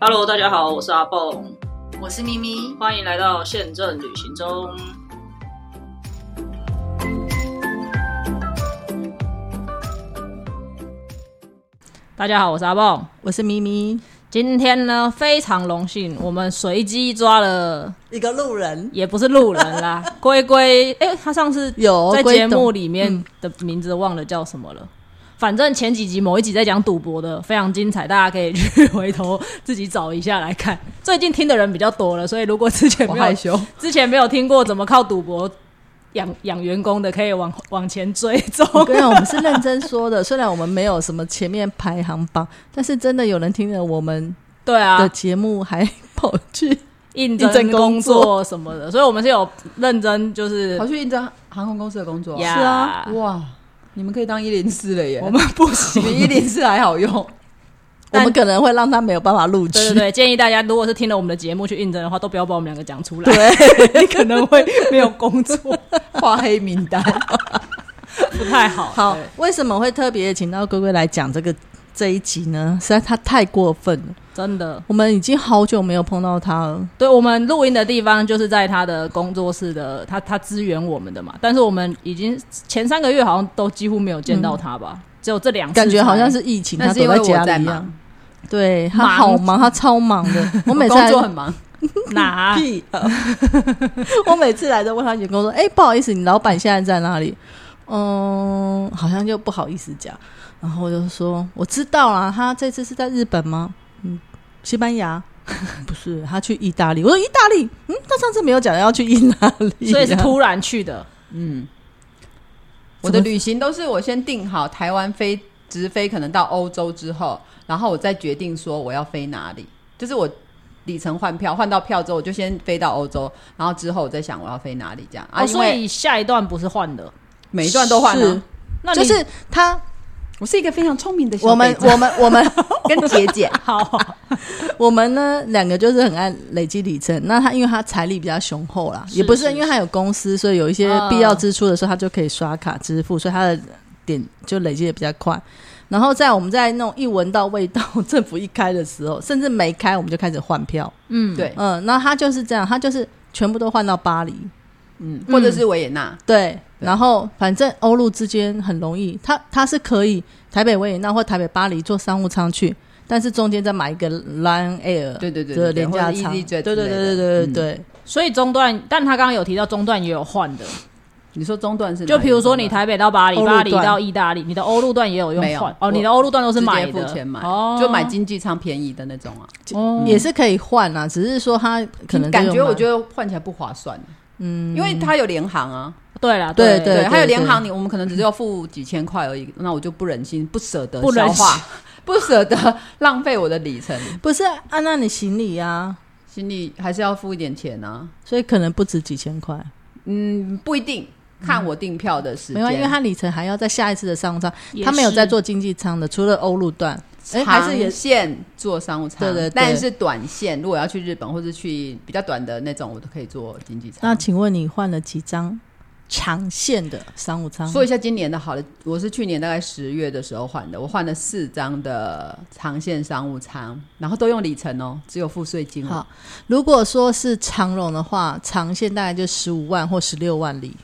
Hello，大家好，我是阿蹦，我是咪咪，欢迎来到宪政旅行中。大家好，我是阿蹦。我是咪咪，今天呢，非常荣幸，我们随机抓了，一个路人也不是路人啦， 龟龟。哎、他上次有哦在龟节董目里面的名字忘了叫什么了。反正前几集某一集在讲赌博的，非常精彩，大家可以去回头自己找一下来看。最近听的人比较多了，所以如果之前我没有害羞，之前没有听过怎么靠赌博养养员工的，可以往往前追踪。 我跟你讲，我们是认真说的。虽然我们没有什么前面排行榜，但是真的有人听了我们对的啊，节目，还跑去、应征征工工作作什么的，所以我们是有认真，就是跑去应征航空公司的工作、呀是啊哇，你们可以当一零四了耶！我们不行。你们一零四还好用， 我但们可能会让他没有办法录取。对对对，建议大家如果是听了我们的节目去应征的话，都不要把我们两个讲出来， 对你可能会没有工作，画黑名单。不太好。 好对，为什么会特别请到龟龟来讲这个这一集呢？实在他太过分了，真的，我们已经好久没有碰到他了。对我们录音的地方就是在他的工作室的，他他支援我们的嘛，但是我们已经前三个月好像都几乎没有见到他吧，只有这两次才，感觉好像是疫情，他那是躲因为家我在里一忙样。，对他忙好忙，他超忙 的。我每次工来作很 忙，哪屁、啊！ 我每次来都问他员工说：“哎、不好意思，你老板现在在哪里？”嗯，好像就不好意思讲。然后我就说：“我知道啦，他这次是在日本吗？嗯，西班牙 不是，他去意大利。”我说：“意大利？嗯，他上次没有讲要去意大利啊，所以是突然去的。嗯，我的旅行都是我先定好台湾飞直飞，可能到欧洲之后，然后我再决定说我要飞哪里。就是我里程换票，换到票之后，我就先飞到欧洲，然后之后我再想我要飞哪里这样啊，哦，因所为以下一段不是换的，每一段都换啊了是。那就你是他。我是一个非常聪明的小我们辈子我们我们跟姐姐好，我们呢，两个就是很爱累积里程。那他因为他财力比较雄厚啦，是也不是是因为他有公司，所以有一些必要支出的时候，他就可以刷卡支付，所以他的点就累积的比较快。然后在我们在那种一闻到味道， 政府一开的时候，甚至没开我们就开始换票。嗯，对，嗯，那他就是这样，他就是全部都换到巴黎。嗯，或者是维也纳，对，对然后反正欧陆之间很容易，他他是可以台北维也纳或台北巴黎坐商务舱去，但是中间再买一个 Lion Air，对对对的对，E 廉价舱，对对对对对对对，所以中段，但他刚刚有提到中段也有换的，你说中段是哪一啊个就中段？比如说你台北到巴黎，欧陆巴段黎到意大利，你的欧陆段也有用没有换哦，我你的欧陆段都是买直接的，付钱买，哦，就买经济舱便宜的那种啊。哦也是可以换啊，只是说他可能感觉我得觉得换起来不划算，嗯，因为它有联航啊，对啦，对对对它有联航，你我们可能只是要付几千块而已，那我就不忍心，不舍得不忍消心化， 不舍得浪费我的里程，不是按照你行李啊，心里还是要付一点钱啊。所以可能不止几千块，嗯，不一定看我订票的时没间，有，因为他里程还要在下一次的商务舱，也他没有是在做经济舱的，除了欧陆段，哎，还是也长线做商务舱，对对对但是短线如果要去日本或者去比较短的那种，我都可以做经济舱那。请问你换了几张长线的商务舱？说一下今年的好了，我是去年大概十月的时候换的，我换了四张的长线商务舱，然后都用里程哦，只有付税金哦好。如果说是长荣的话，长线大概就十五万或十六万里，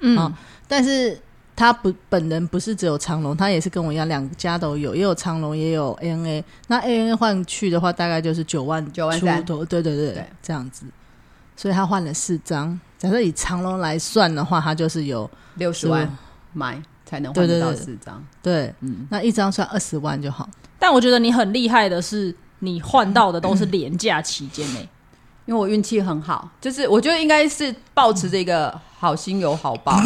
嗯啊，但是他不本人不是只有长荣，他也是跟我一样，两家都有，也有长荣，也有 ANA。那 ANA 换去的话，大概就是九万9万出三头，对对对，对这样子。所以他换了四张。假设以长荣来算的话，他就是有六十15万买才能换得到对对对四张，对，嗯，那一张算二十万就好。但我觉得你很厉害的是，你换到的都是廉价期间欸嗯呢、因为我运气很好，就是我觉得应该是保持这个好心有好 报，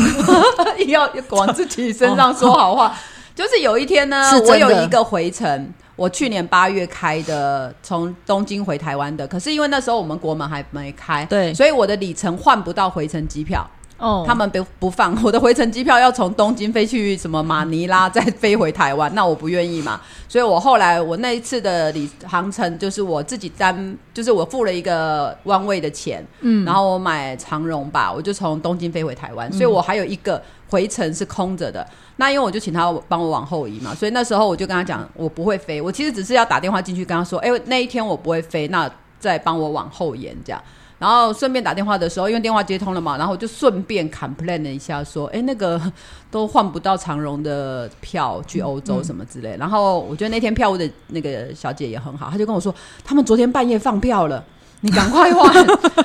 要往自己身上说好话。就是有一天呢哦是真，的我有一个回程，我去年八月开的，从东京回台湾的，可是因为那时候我们国门还没开，对所以我的里程换不到回程机票。哦，他们不不放我的回程机票，要从东京飞去什么马尼拉，再飞回台湾， 那我不愿意嘛。所以我后来我那一次的旅航程就是我自己单，就是我付了一个弯位的钱，嗯，然后我买长荣吧，我就从东京飞回台湾，所以我还有一个回程是空着的。那因为我就请他帮我往后移嘛，所以那时候我就跟他讲，我不会飞，我其实只是要打电话进去跟他说，哎、那一天我不会飞，那再帮我往后延这样。然后顺便打电话的时候，因为电话接通了嘛，然后我就顺便 complain 了一下，说，哎，那个 都换不到长荣的票去欧洲什么之类。然后我觉得那天票务的那个小姐也很好，她就跟我说，他们昨天半夜放票了。你赶快 换。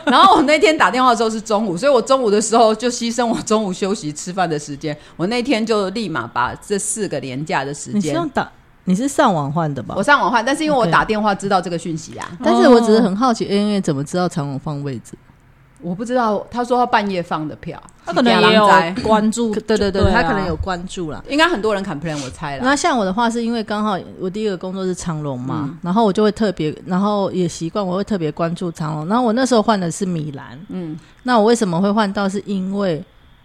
然后我那天打电话的时候是中午，所以我中午的时候就牺牲我中午休息吃饭的时间。我那天就立马把这四个年假的时你是间用，打，你是上网换的吧我？上网换，但是因为我 OK 打电话知道这个讯息啊，哦但是我只是很好奇，N A 怎么知道长龙放位置？我不知道他说他半夜放的票，他可能也有怕人知关注， 对对对，啊他可能有关注啦。应该很多人 complain，我猜了。那像我的话，是因为刚好我第一个工作是长隆嘛，嗯然后我就会特别，然后也习惯我会特别关注长隆。然后我那时候换的是米兰，嗯，那我为什么会换到？是因为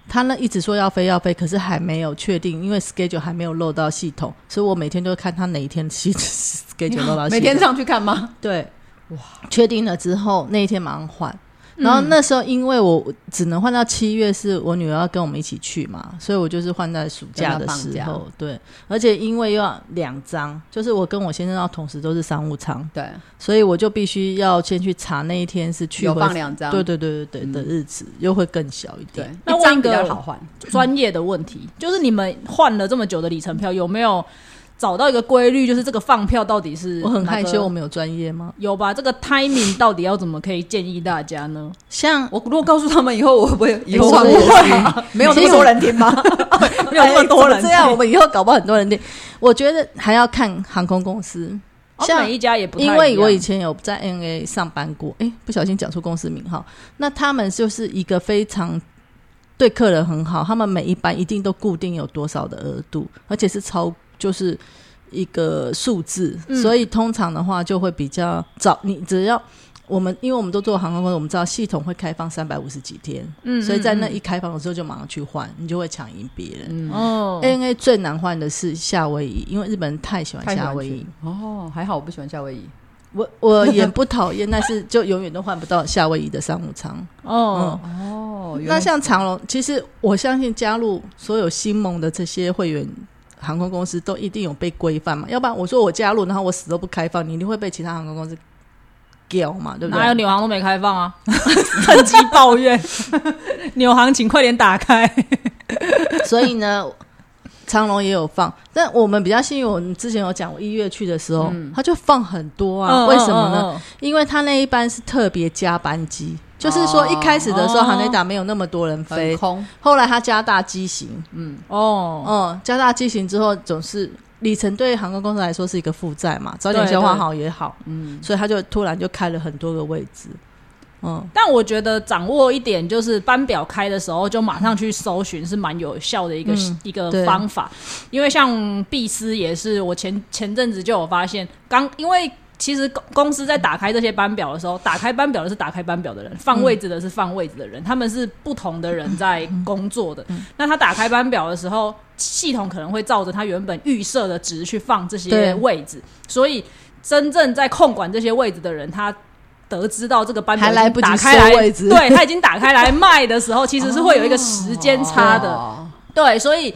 他那一直说要飞要飞，可是还没有确定，因为 schedule 还没有漏到系统，所以我每天都会看他哪一天系 schedule 漏到系统。每天上去看吗？对，哇，确定了之后那一天马上换。然后那时候因为我只能换到七月，是我女儿要跟我们一起去嘛，所以我就是换在暑假的跟时她放候。对，而且因为又要两张，就是我跟我先生要同时都是商务舱，对，所以我就必须要先去查那一天是去有回放两张。对对对对对的日子，又会更小一对点。，那一张问一比个较好换。专业的问题，就是你们换了这么久的里程票，有没有找到一个规律？就是这个放票到底是我很害哪羞，个我们有专业吗？有吧？这个 timing 到底要怎么可以建议大家呢？像我如果告诉他们以后，我会不会以后我换也过是去，没有那么其实多我人听吗？没有那么多人哎怎么这样，我们以后搞不好很多人订。我觉得还要看航空公司，哦像每一家也不太一因样为我以前有在 NA 上班过，哎、不小心讲出公司名号。那他们就是一个非常对客人很好，他们每一班一定都固定有多少的额度，而且是超就是一个数字，嗯所以通常的话就会比较早。你只要我们，因为我们都做航空公司，我们知道系统会开放三百五十几天，嗯所以在那嗯一开放的时候就马上去换，你就会抢赢别人。嗯哦， A N A 最难换的是夏威夷，因为日本人太喜欢太喜夏欢威去夷。哦，还好我不喜欢夏威夷。我我也不讨厌，但是就永远都换不到夏威夷的商务舱。嗯哦，哦，原来那像长龙，其实我相信加入所有新盟的这些会员航空公司都一定有被规范嘛，要不然我说我加入，然后我死都不开放，你一定会被其他航空公司 g 嘛，对不哪有对？纽航都没开放啊？趁机抱怨， 纽航请快点打开。所以呢，长龙也有放，但我们比较幸运，我们之前有讲，我一月去的时候，他就放很多啊，嗯为什么呢？？嗯嗯因为他那一班是特别加班机，就是说一开始的时候，哦航内达没有那么多人很飞，空，后来他加大机型，嗯哦，嗯，加大机型之后，总是里程对航空公司来说是一个负债嘛，早点消化好也好，嗯，所以他就突然就开了很多个位置，嗯，但我觉得掌握一点就是班表开的时候就马上去搜寻是蛮有效的一个、嗯一个对方法，因为像碧斯也是我前前阵子就有发现，刚因为。其实公公司在打开这些班表的时候，打开班表的是打开班表的人，放位置的是放位置的人，他们是不同的人在工作嗯的。那他打开班表的时候，系统可能会照着他原本预设的值去放这些对位置，所以真正在控管这些位置的人，他得知到这个班表还已经来不及打开来收位置对他已经打开来卖的时候，其实是会有一个时间差的。哦对，所以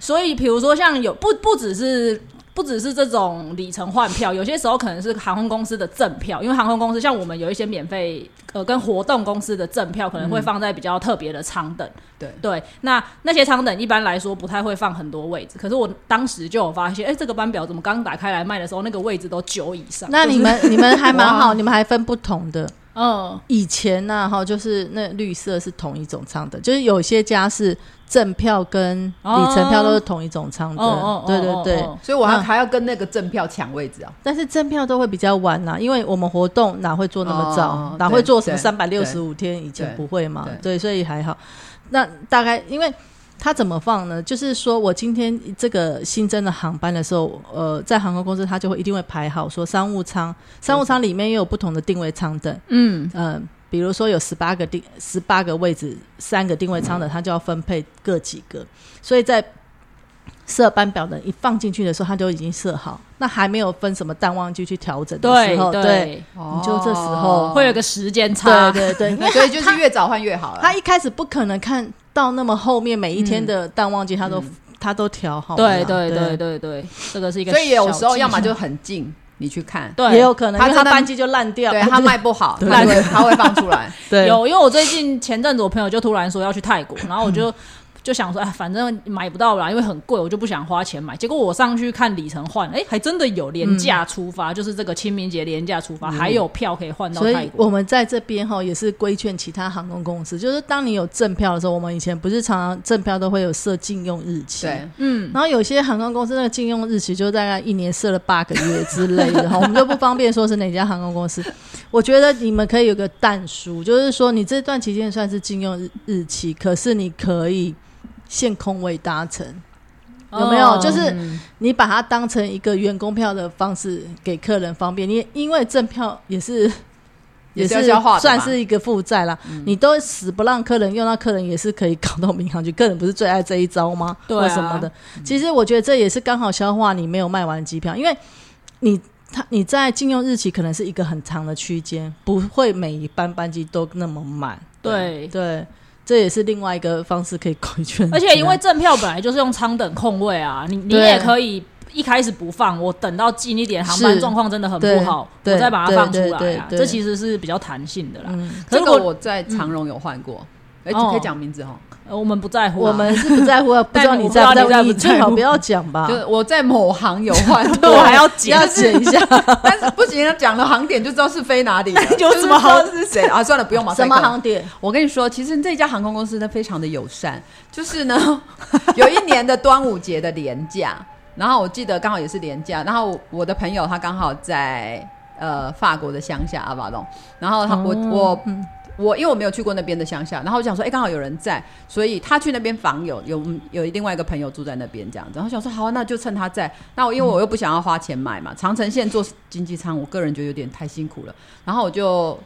所以比如说像有不不只是。不只是这种里程换票，有些时候可能是航空公司的赠票，因为航空公司像我们有一些免费呃跟活动公司的赠票，可能会放在比较特别的舱等。对对，那那些舱等一般来说不太会放很多位置，可是我当时就有发现，哎、这个班表怎么刚打开来卖的时候，那个位置都九以上？那你 们你们还蛮哇好，你们还分不同的。嗯，以前呢、哈，就是那绿色是同一种舱的，就是有些家是正票跟里程票都是同一种舱的，哦哦哦，对对哦对。哦所以我还嗯还要跟那个正票抢位置啊。但是正票都会比较晚啦、因为我们活动哪会做那么早，哦哪会做什么对三百六十五天？以前不会嘛对对，所以还好。那大概因为它怎么放呢？就是说我今天这个新增的航班的时候，呃，在航空公司它就会一定会排好说商务舱，商务舱里面也有不同的定位舱等，嗯嗯、比如说有十八个定十八个位置，三个定位舱的，它就要分配各几个，所以在设班表的一放进去的时候，它就已经设好，那还没有分什么淡旺季去调整的时对候，对，哦哦你就这时候会有个时间差对，对对，因为所以就是越早换越好了。他一开始不可能看到那么后面每一天的淡旺季，他都、他都调好嗯了对啦，对对对对，这个是一个小技巧，所以有时候要么就很近，你去看，对，也有可能，他因为他真的班机就烂掉，对他卖不好，对他会他会放出 来。对有，因为我最近前阵子我朋友就突然说要去泰国，然后我 就。就想说，哎，反正买不到啦，因为很贵，我就不想花钱买。结果我上去看里程换，哎，还真的有廉嗯价出发，就是这个清明节廉价出发，还有票可以换到所泰以国。我们在这边哈也是规劝其他航空公司，就是当你有赠票的时候，我们以前不是常常赠票都会有设禁用日期，对，嗯，然后有些航空公司那个禁用日期就大概一年设了八个月之类 的哈，我们就不方便说是哪家航空公司。我觉得你们可以有个淡书，就是说你这段期间算是禁用日日期，可是你可以限空位搭乘，嗯有没有？哦就是你把它当成一个员工票的方式给客人方便。你因为赠票 也是。也是要是消化的嘛算是一个负债啦，嗯你都死不让客人用，那客人也是可以搞到民航局。客人不是最爱这一招吗？对啊或什么的。其实我觉得这也是刚好消化你没有卖完的机票，因为你他你在禁用日期可能是一个很长的区间，不会每一班班机都那么满。对，对，这也是另外一个方式可以规劝。而且因为赠票本来就是用舱等空位啊，你你对也可以一开始不放，我等到近一点，航班是状况真的很对不好，对我再把它放出对来对啊。对这其实是比较弹性的啦。嗯，可这是个如果我在长荣有换过，哎，哦可以讲名字哦。呃我们不在乎啊，我们是不在乎，不知道你在不但我不知道在你在乎，你不在乎，最好不要讲吧就。是我在某行有换 对我还要你要剪，剪一下但是不行，讲了航点就知道是飞哪里了 ，有什么好就是知道是谁啊？算了，不用马 赛什克么航点？ 我跟你说，其实这家航空公司呢非常的友善，就是呢， 有一年的端午节的连假，然后我记得刚好也是连假，然后我的朋友他刚好在呃法国的乡下阿瓦隆，然后他、我哦我。我因为我没有去过那边的乡下，然后我想说，哎、刚好有人在，所以他去那边访友，有有另外一个朋友住在那边这样子，然后想说，好啊、那就趁他在。那我因为我又不想要花钱买嘛，长城线坐经济舱，我个人觉得有点太辛苦了，然后我就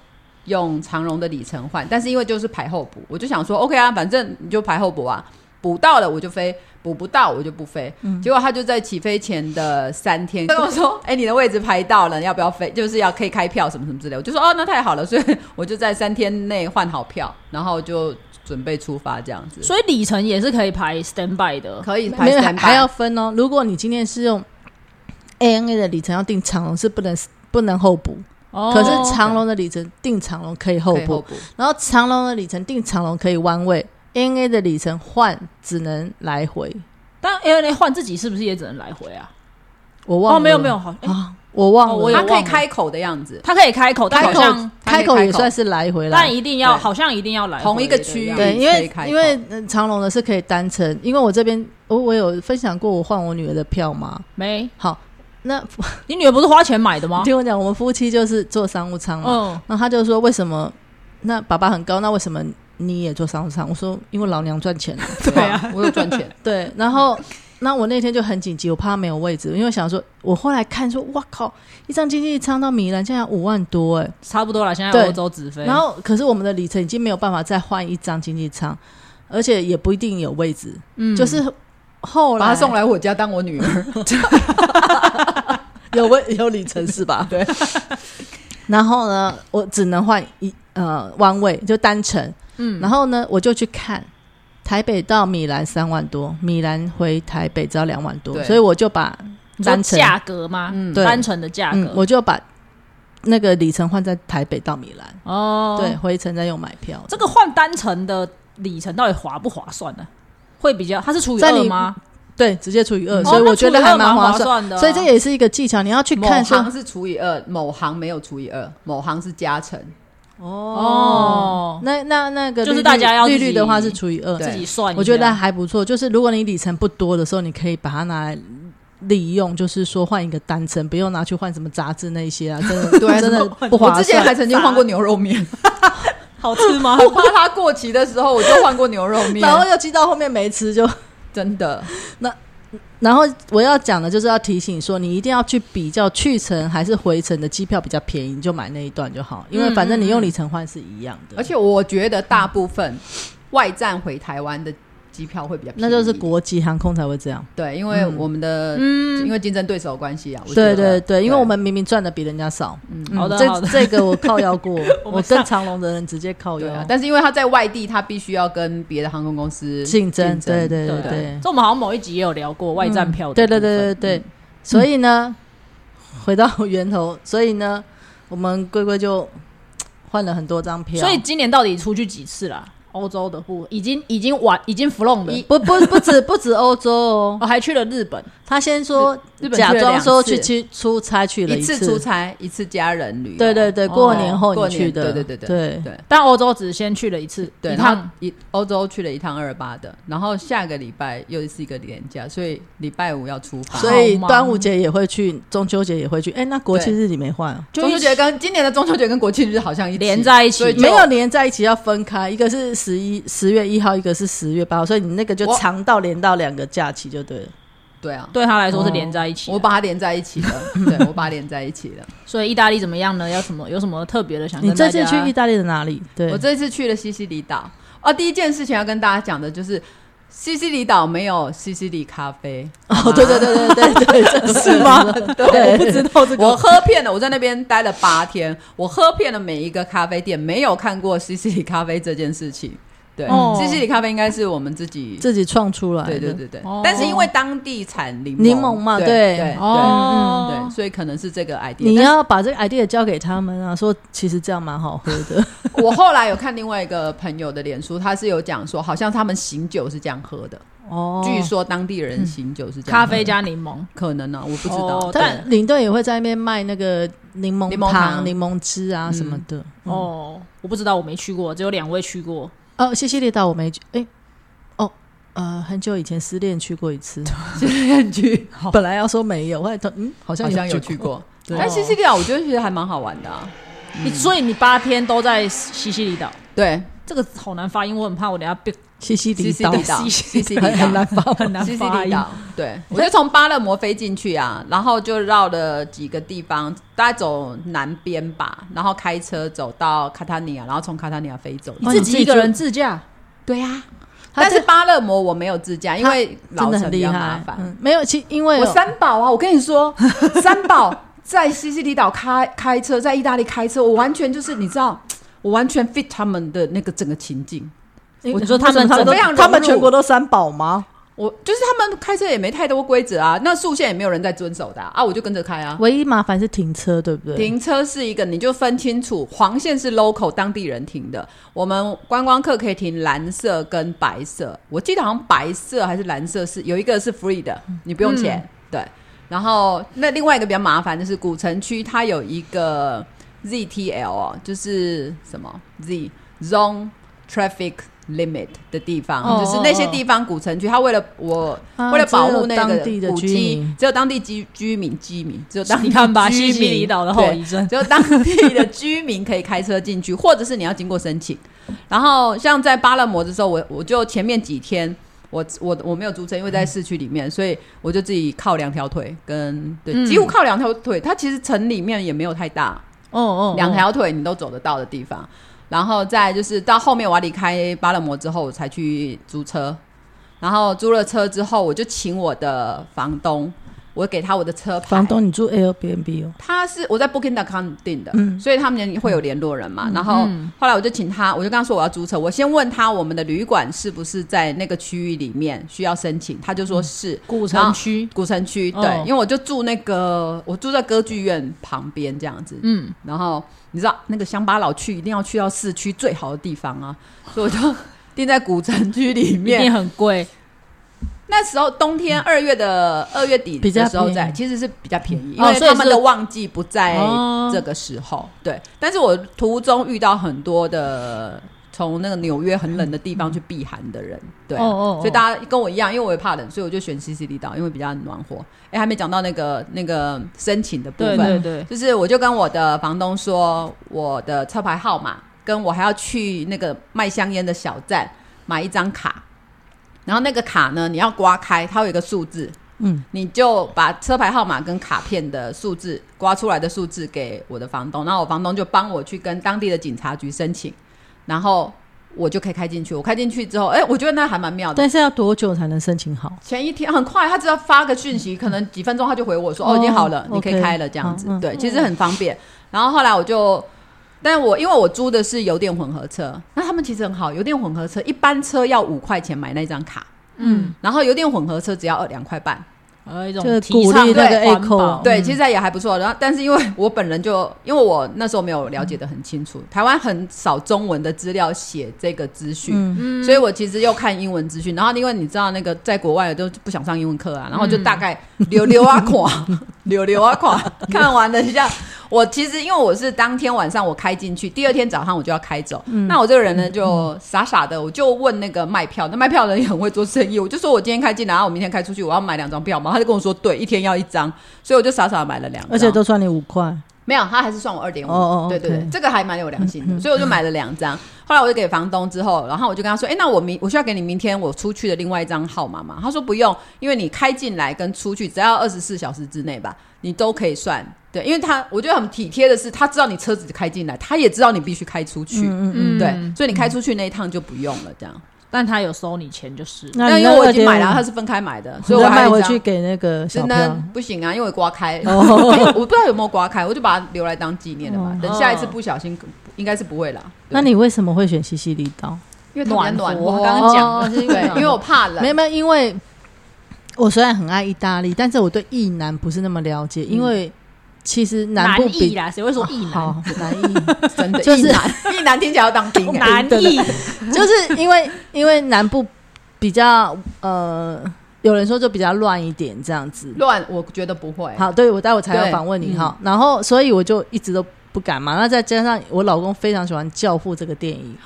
用长荣的里程换，但是因为就是排后补，我就想说 OK 啊，反正你就排后补啊，补到了我就飞，补不到我就不飞。嗯结果他就在起飞前的三天跟我说：“ 哎、你的位置排到了，要不要飞？就是要可以开票什么什么之类。”我就说：“哦，那太好了。”所以我就在三天内换好票，然后就准备出发这样子。所以里程也是可以排 standby 的。可以排没有还 standby 还要分哦。如果你今天是用 ANA 的里程要定长龙，是不能不能候补。哦可是长龙的里程定长龙可以候可以后补，补，然后长龙的里程定长龙可以弯位，ANA 的里程换只能来回。但 ANA 换自己是不是也只能来回啊？我忘了哦，没有没有，好，诶啊，我忘了，哦我也他忘可以了开口的样子，它可以开口，但开好口像它可开以口开也口算是来回啦。但一定要对好像一定要来回同一个的区域样子对，因可以为开口因为呃长隆的是可以单程，因为我这边我我有分享过我换我女儿的票嘛。没，好，那你女儿不是花钱买的啊吗 ？听我讲，我们夫妻就是坐商务舱嘛。嗯，那、他就说为什么？那爸爸很高，那为什么你也坐商务舱？我说因为老娘赚钱了。对啊，我有赚钱， 对，然后那我那天就很紧急，我怕没有位置，因为想说，我后来看说，哇靠，一张经济舱到米兰竟然五万多哎、差不多了，现在对欧洲直飞，然后，可是我们的里程已经没有办法再换一张经济舱，而且也不一定有位置。嗯就是后 把来他送来我家当我女儿， 有位有里程是 吧？对。 然后呢，我只能换一呃弯位，就单程。嗯，然后呢，我就去看台北到米兰三万多，米兰回台北只要两万多，对所以我就把你说单程，价格吗？嗯对单程的价嗯，格我就把那个里程换在台北到米兰，哦，对，，回程再用买票。这个换单程的里程到底划不划算呢？会比较，它是除以在二你吗？对，直接除以二、哦所以那我觉除以得二还蛮划算的啊，所以这也是一个技巧，你要去 某看说行是除以二，某行没有除以二，某行是加成。哦，那那那个就是绿大家要绿自己绿的话是除以二，对自己算一下，我觉得还不错。就是如果你里程不多的时候，你可以把它拿来利用，就是说换一个单程，不用拿去换什么杂志那一些啊，真的对真的不我划之前算。还曾经换过牛肉面，好吃 吗？ 我怕它过期的时候，我就换过牛肉面然，后又寄到后面没吃就，真的。然后我要讲的就是要提醒说，你一定要去比较去程还是回程的机票比较便宜，你就买那一段就好，因为反正你用里程换是一样的，嗯而且我觉得大部分外站回台湾的机票会比较便宜，那就是国际航空才会这样。对，因为我们的、嗯因为竞争对手的关系啊，我觉对得对对，因为我们明明赚的比人家少。嗯好的好这的这个我靠腰过，我我们跟上长隆的人直接靠对啊腰，但是因为他在外地，他必须要跟别的航空公司竞争，争，对对对对对嗯这我们好像某一集也有聊过外站票的部对分、对对对嗯对，所以呢，回到源头，所以呢，我们龟龟就换了很多张票，所以今年到底出去几次啦？欧洲的不已经已经玩已经 flong 的，嗯不不不止不止欧洲哦，我、还去了日本。他先说日日本去假了装说两次去去出差去了一次出差，一次家人旅游，对对对，过年后过你年去的，对对对对对但欧洲只先去了一次，对，一然趟后一欧洲去了一趟二八的，然后下个礼拜又是一个年假，所以礼拜五要出发。所以好忙端午节也会去，中秋节也会去，哎，那国庆日你没换哦，中秋节跟今年的中秋节跟国庆日好像一起连在一起所以就没有连在一起要分开，一个是十一十月一号，一个是十月八号，所以你那个就我长到连到两个假期就对了。对啊，对他来哦说是连在一起的、啊我把它连在一起 了，对我把它连在一起了。所以意大利怎么样呢？要什么有什么特别的想跟你这次大去家意大利的哪里？对， 我这次去了西西里岛啊，第一件事情要跟大家讲的就是。西西里岛没有西西里咖啡哦，对对对对对对，这是吗？ 对，我不知道这 个。我喝遍了，我在那边待了八天，我喝遍了每一个咖啡店，没有看过西西里咖啡这件事情。对，哦西西里咖啡应该是我们自己，自己创出来的，对对对对，哦但是因为当地产柠柠檬嘛对对对哦、嗯对对，所以可能是这个 idea。你要把这个 idea 交给他们啊，说其实这样蛮好喝的。我后来有看另外一个朋友的脸书，他是有讲说，好像他们醒酒是这样喝的，哦据说当地人醒酒是这样咖喝的啡加柠檬，可能呢、我不知哦道。但领队也会在那边卖那个柠檬柠檬糖、糖柠檬汁啊什么的。哦哦，我不知道，我没去过，只有两位去过。哦，西西里岛我没去，哎，哦，呃，很久以前失恋去过一次，现在去本来要说没有，后来他嗯，好像好像有去去。过，对但西西里岛我觉得哎其实还蛮好玩的、啊。你所以你八天都在西西里岛，对，这个好难发音，我很怕我等下被西西里西西岛里岛，西西里很很岛难。发，很难西西发里音岛，对 我就从巴勒摩飞进去啊，然后就绕了几个地方，大概走南边吧，然后开车走到卡塔尼亚，然后从卡塔尼亚飞走。哦自你自己己一个住人自驾。对呀、啊，他但是真巴勒摩我没有自驾，因为真老的城很比厉较麻害。烦。嗯，没有，其因为哦我三宝啊，我跟 你说，三宝在西西里岛开开车，在意大利开车，我完全就是你知道，我完全 fit 他们的那个整个情境。因我说他们为什么真的都非常他们融入全国都三宝吗？我就是他们开车也没太多规则啊，那速线也没有人在遵守的啊，啊我就跟着开啊。唯一麻烦是停车，对不对？停车是一个，你就分清楚，黄线是 local 当地人停的，我们观光客可以停蓝色跟白色。我记得好像白色还是蓝色是有一个是 free 的，你不用钱。嗯对，然后那另外一个比较麻烦就是古城区，它有一个 ZTL 哦，就是什么 Z Zone Traffic Limit 的地方，哦就是那些地方古城区，它为了我、啊为了保护那只有个当地的古居迹民，只有当地居居民居民，只有当地你看吧，居西民西里岛的后 对遗症。就当地的居民可以开车进去，或者是你要经过申请。然后像在巴勒摩的时候，我我就前面几天我我我没有租车，因为在市区里面，所以我就自己靠两条腿跟对，嗯几乎靠两条腿。它其实城里面也没有太大，嗯哦哦，两条腿你都走得到的地方。然后再就是到后面我要离开巴勒摩之后，我才去租车。然后租了车之后，我就请我的房东，我给他我的车牌。房东，你住 Airbnb 哦？他是我在 Booking.com 订的，嗯所以他们会有联络人嘛。然后后来我就请他，我就跟他说我要租车，我先问他我们的旅馆是不是在那个区域里面需要申请，他就说是。嗯古城区，古城区对，哦因为我就住那个，我住在歌剧院旁边这样子，嗯，然后你知道那个乡巴佬去一定要去到市区最好的地方啊，所以我就 定在古城区里一定面。很贵。那时候冬天二月的二月底比较的时候便宜在，其实是比较便宜，因哦为所以他们是的旺季不在哦这个时候。对，但是我途中遇到很多的从那个纽约很冷的地方去避寒的人，对啊、哦哦哦所以大家跟我一样，因为我也怕冷，所以我就选西西里岛，因为比较暖和。哎，还没讲到那个那个申请的部对分，对对，就是我就跟我的房东说我的车牌号码，跟我还要去那个卖香烟的小站买一张卡，然后那个卡呢，你要刮开，它有一个数字，嗯，你就把车牌号码跟卡片的数字刮出来的数字给我的房东，然后我房东就帮我去跟当地的警察局申请，然后我就可以开进去。我开进去之后，哎、我觉得那还蛮妙的。但是要多久才能申请好？前一天很快，他只要发个讯息，可能几分钟他就回我说：“哦，哦已经好了，你可以 OK，开了。”这样子好，嗯对，其实很方便。然后后来我就，但我因为我租的是油电混合车，那他们其实很好，油电混合车一般车要五块钱买那张卡，嗯，然后油电混合车只要二两块半，呃，一就是种提鼓倡励对那个环保 eco 对对，其实也还不错。然后，但是因为我本人就因为我那时候没有了解的很清嗯楚，台湾很少中文的资料写这个资讯，嗯，所以我其实又看英文资讯，然后因为你知道那个在国外都不想上英文课啊，然后就大概溜溜啊 垮，溜溜啊垮， 看完了一下。我其实因为我是当天晚上我开进去，第二天早上我就要开走。嗯那我这个人呢就傻傻的，我就问那个卖票，那卖票的人也很会做生意，我就说我今天开进来，然啊后我明天开出去，我要买两张票嘛。他就跟我说对，一天要一张，所以我就傻傻地买了两张，而且都算你五块，没有，他还是算我二点五。哦哦对对对 OK，嗯这个还蛮有良心的，所以我就买了两张。后来我就给房东之后，然后我就跟他说：“哎，那我明我需要给你明天我出去的另外一张号码吗？”他说：“不用，因为你开进来跟出去只要二十四小时之内吧，你都可以算。”对，因为他我觉得很体贴的是，他知道你车子开进来，他也知道你必须开出去。嗯嗯嗯。嗯对，所以你开出去那一趟就不用了，这样。但他有收你钱就是了。那但你因为我已2.5经买了，他是分开买的，所以你我再还卖有一回张去给那个小真票的。不行啊，因为刮开， 哦我不知道有没有刮开，我就把它留来当纪念的吧哦。等下一次不小心，应该是不会啦。对那你为什么会选西西里岛？因为特别暖和，暖和我刚刚讲哦了，是因为对暖，和 因 为我怕冷没。有没有，因为我虽然很爱意大利，但是我对意南不是那么了解，因为其实南部意比啦，谁会说意难？好南意，真的，就是一男 一男听起来要当兵欸， 难意， 就是因为因为南部比较呃，有人说就比较乱一点这样子。乱，我觉得不会。好，对我待会才要对访问你哈，嗯然后所以我就一直都不敢嘛。那再加上我老公非常喜欢《教父》这个电影，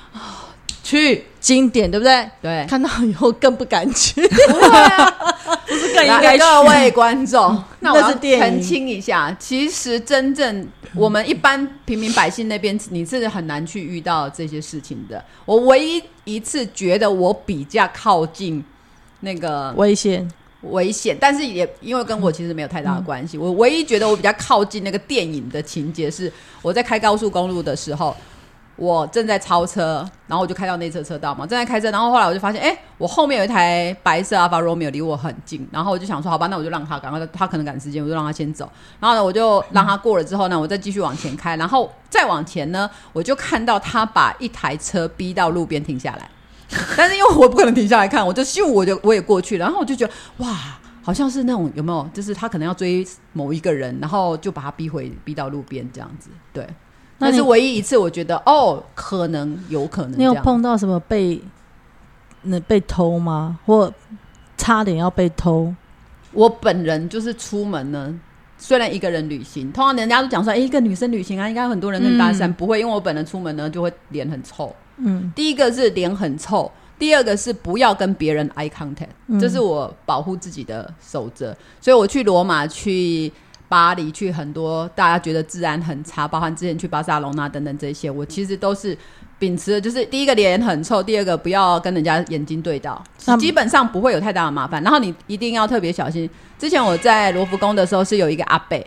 去，经典对不对？对，看到以后更不敢去。 不会啊。是更应来该去各位观众， 那那我要是电影澄清一下，其实真正我们一般平民百姓那边，你是很难去遇到这些事情的。我唯一一次觉得我比较靠近那个危险，危险，但是也因为跟我其实没有太大的关系。我唯一觉得我比较靠近那个电影的情节是，我在开高速公路的时候，我正在超车，然后我就开到内侧车道嘛，正在开车，然后后来我就发现，哎、我后面有一台白色 Alfa Romeo 离我很近，然后我就想说，好吧，那我就让他赶快，他可能赶时间，我就让他先走。然后呢，我就让他过了之后呢，我再继续往前开，然后再往前呢，我就看到他把一台车逼到路边停下来。 但是因为我不可能停下来看，我就咻，我就我也过去了，然后我就觉得哇，好像是那种有没有，就是他可能要追某一个人，然后就把他逼回逼到路边这样子，对。那那你是唯一一次，我觉得哦，可能有可能你这有样。碰到什么被那被偷吗？或差点要被偷？我本人就是出门呢，虽然一个人旅行，通常人家都讲说，哎、一个女生旅行啊，应该有很多人跟你搭讪，不会，因为我本人出门呢就会脸很臭。嗯，第一个是脸很臭，第二个是不要跟别人 eye contact，、嗯这是我保护自己的守则。所以我去罗马、去巴黎、去很多大家觉得治安很差，包含之前去巴塞隆纳等等这些，我其实都是。秉持的就是第一个脸很臭，第二个不要跟人家眼睛对到那，基本上不会有太大的麻烦。然后你一定要特别小心。之前我在罗浮宫的时候是有一个阿贝，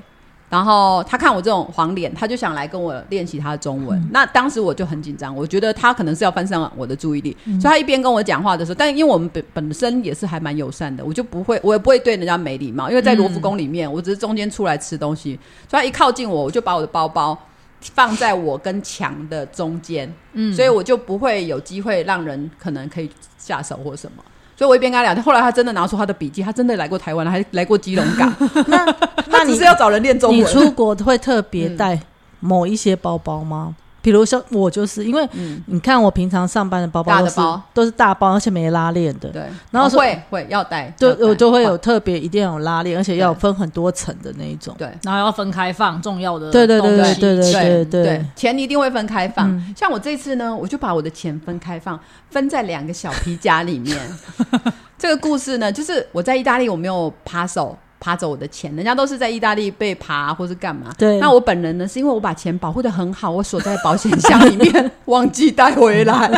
然后他看我这种黄脸，他就想来跟我练习他的中文。那当时我就很紧张，我觉得他可能是要分散我的注意力，嗯所以他一边跟我讲话的时候，但因为我们本本身也是还蛮友善的，我就不会，我也不会对人家没礼貌，因为在罗浮宫里面，我只是中间出来吃东西，所以他一靠近我，我就把我的包包。放在我跟墙的中间，嗯所以我就不会有机会让人可能可以下手或什么。所以我一边跟他聊天，后来他真的拿出他的笔记，他真的来过台湾，还来过基隆 港，那那他只你是要找人练中文。你出国会特别嗯带某一些包包吗？比如说我就是因为嗯你看我平常上班的包包大都的是包都是大包，而且没拉链的。对，然后哦说会会要带，对要，带我就会有换特别一定要有拉链，而且要有对分很多层的那一种。对。然后要分开放重要的对对对东对西对对对对对，钱一定会分开放。嗯像我这次呢，我就把我的钱分开放，分在两个小皮夹 里面。这个故事呢，就是我在意大利，我没有扒手扒走我的钱，人家都是在意大利被扒或是干嘛。对那我本人呢，是因为我把钱保护的很好，我锁 在保险箱里面，忘记带回来。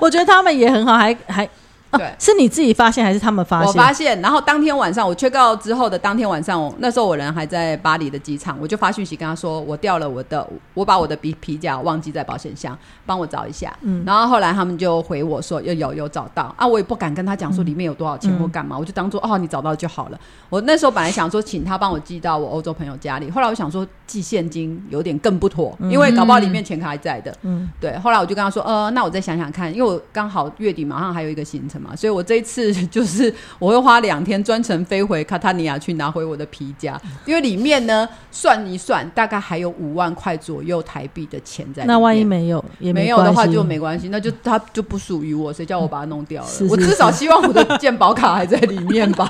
我觉得他们也很好，还还啊对，是你自己发现还是他们发我现？发现，然后当天晚上我缺告之后的当天晚上，我那时候我人还在巴黎的机场，我就发讯息跟他说，我掉了我的，我把我的皮皮夹忘记在保险箱，帮我找一下。嗯，然后后来他们就回我说，有有有找到啊，我也不敢跟他嗯讲说里面有多少钱或干嘛，我就当做哦你找到就好了。我那时候本来想说请他帮我寄到我欧洲朋友家里，后来我想说寄现金有点更不妥，因为搞不好里面钱还在的。嗯对，后来我就跟他说，呃，那我再想想看，因为我刚好月底马上还有一个行程嘛，所以我这一次 就是我会花两天专程飞回卡塔尼亚去拿回我的皮夹，因为里面呢算一算，大概还有五万块左右台币的钱在里面。那万一没有也没有关的话系就没关系，那就它就不属于我，谁叫我把它弄掉了？是是我至少希望我的健保卡还在里面 吧。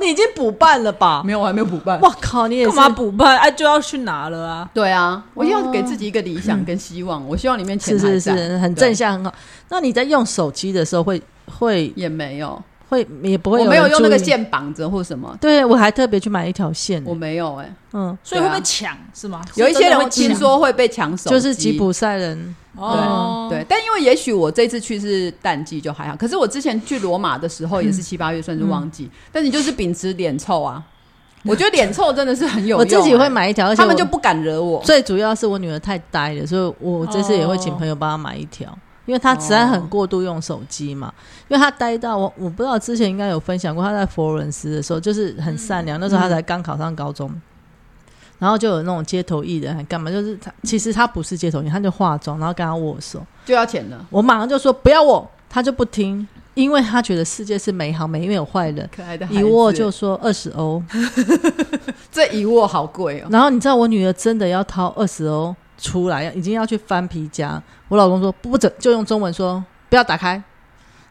你已经补办了吧？没有，我还没有补办。哇靠，你也干是嘛补办？啊哎、就要去拿了啊！对啊，我要给自己一个理想跟希望，我希望里面钱哦是还在是是，很对正向，很好。那你在用手机的时候会会也没有，会也不会我有没有人用那注个意？线绑着或什么，对我还特别去买一条线，我没有哎、嗯，所以会对被啊抢、是吗？啊有一些人听听说会被抢手机，就是吉普赛人，哦，对，但因为也许我这次去是淡季就还好，可是我之前去罗马的时候也嗯是七八月，算是旺季，但你就是秉持脸臭啊，我觉得脸臭真的是很有用、欸我自己会，买一条，而且他们我就不敢惹我。最主要是我女儿太呆了，所以我这次也会请朋友帮她买一条。因为她实在很过度用手机嘛，因为她呆到我，我不知道之前应该有分享过，她在佛罗伦斯的时候就是很善良，那时候她才刚考上高中，然后就有那种街头艺人还干嘛，就是她其实她不是街头艺人，她就化妆，然后跟她握手，就要钱了，我马上就说不要握，她就不听，因为她觉得世界是美好，没因为有坏人，可爱的孩子一握就说二十欧，这一握好贵哦，然后你知道我女儿真的要掏二十欧出来，已经要去翻皮夹。我老公说不准，就用中文说不要打开。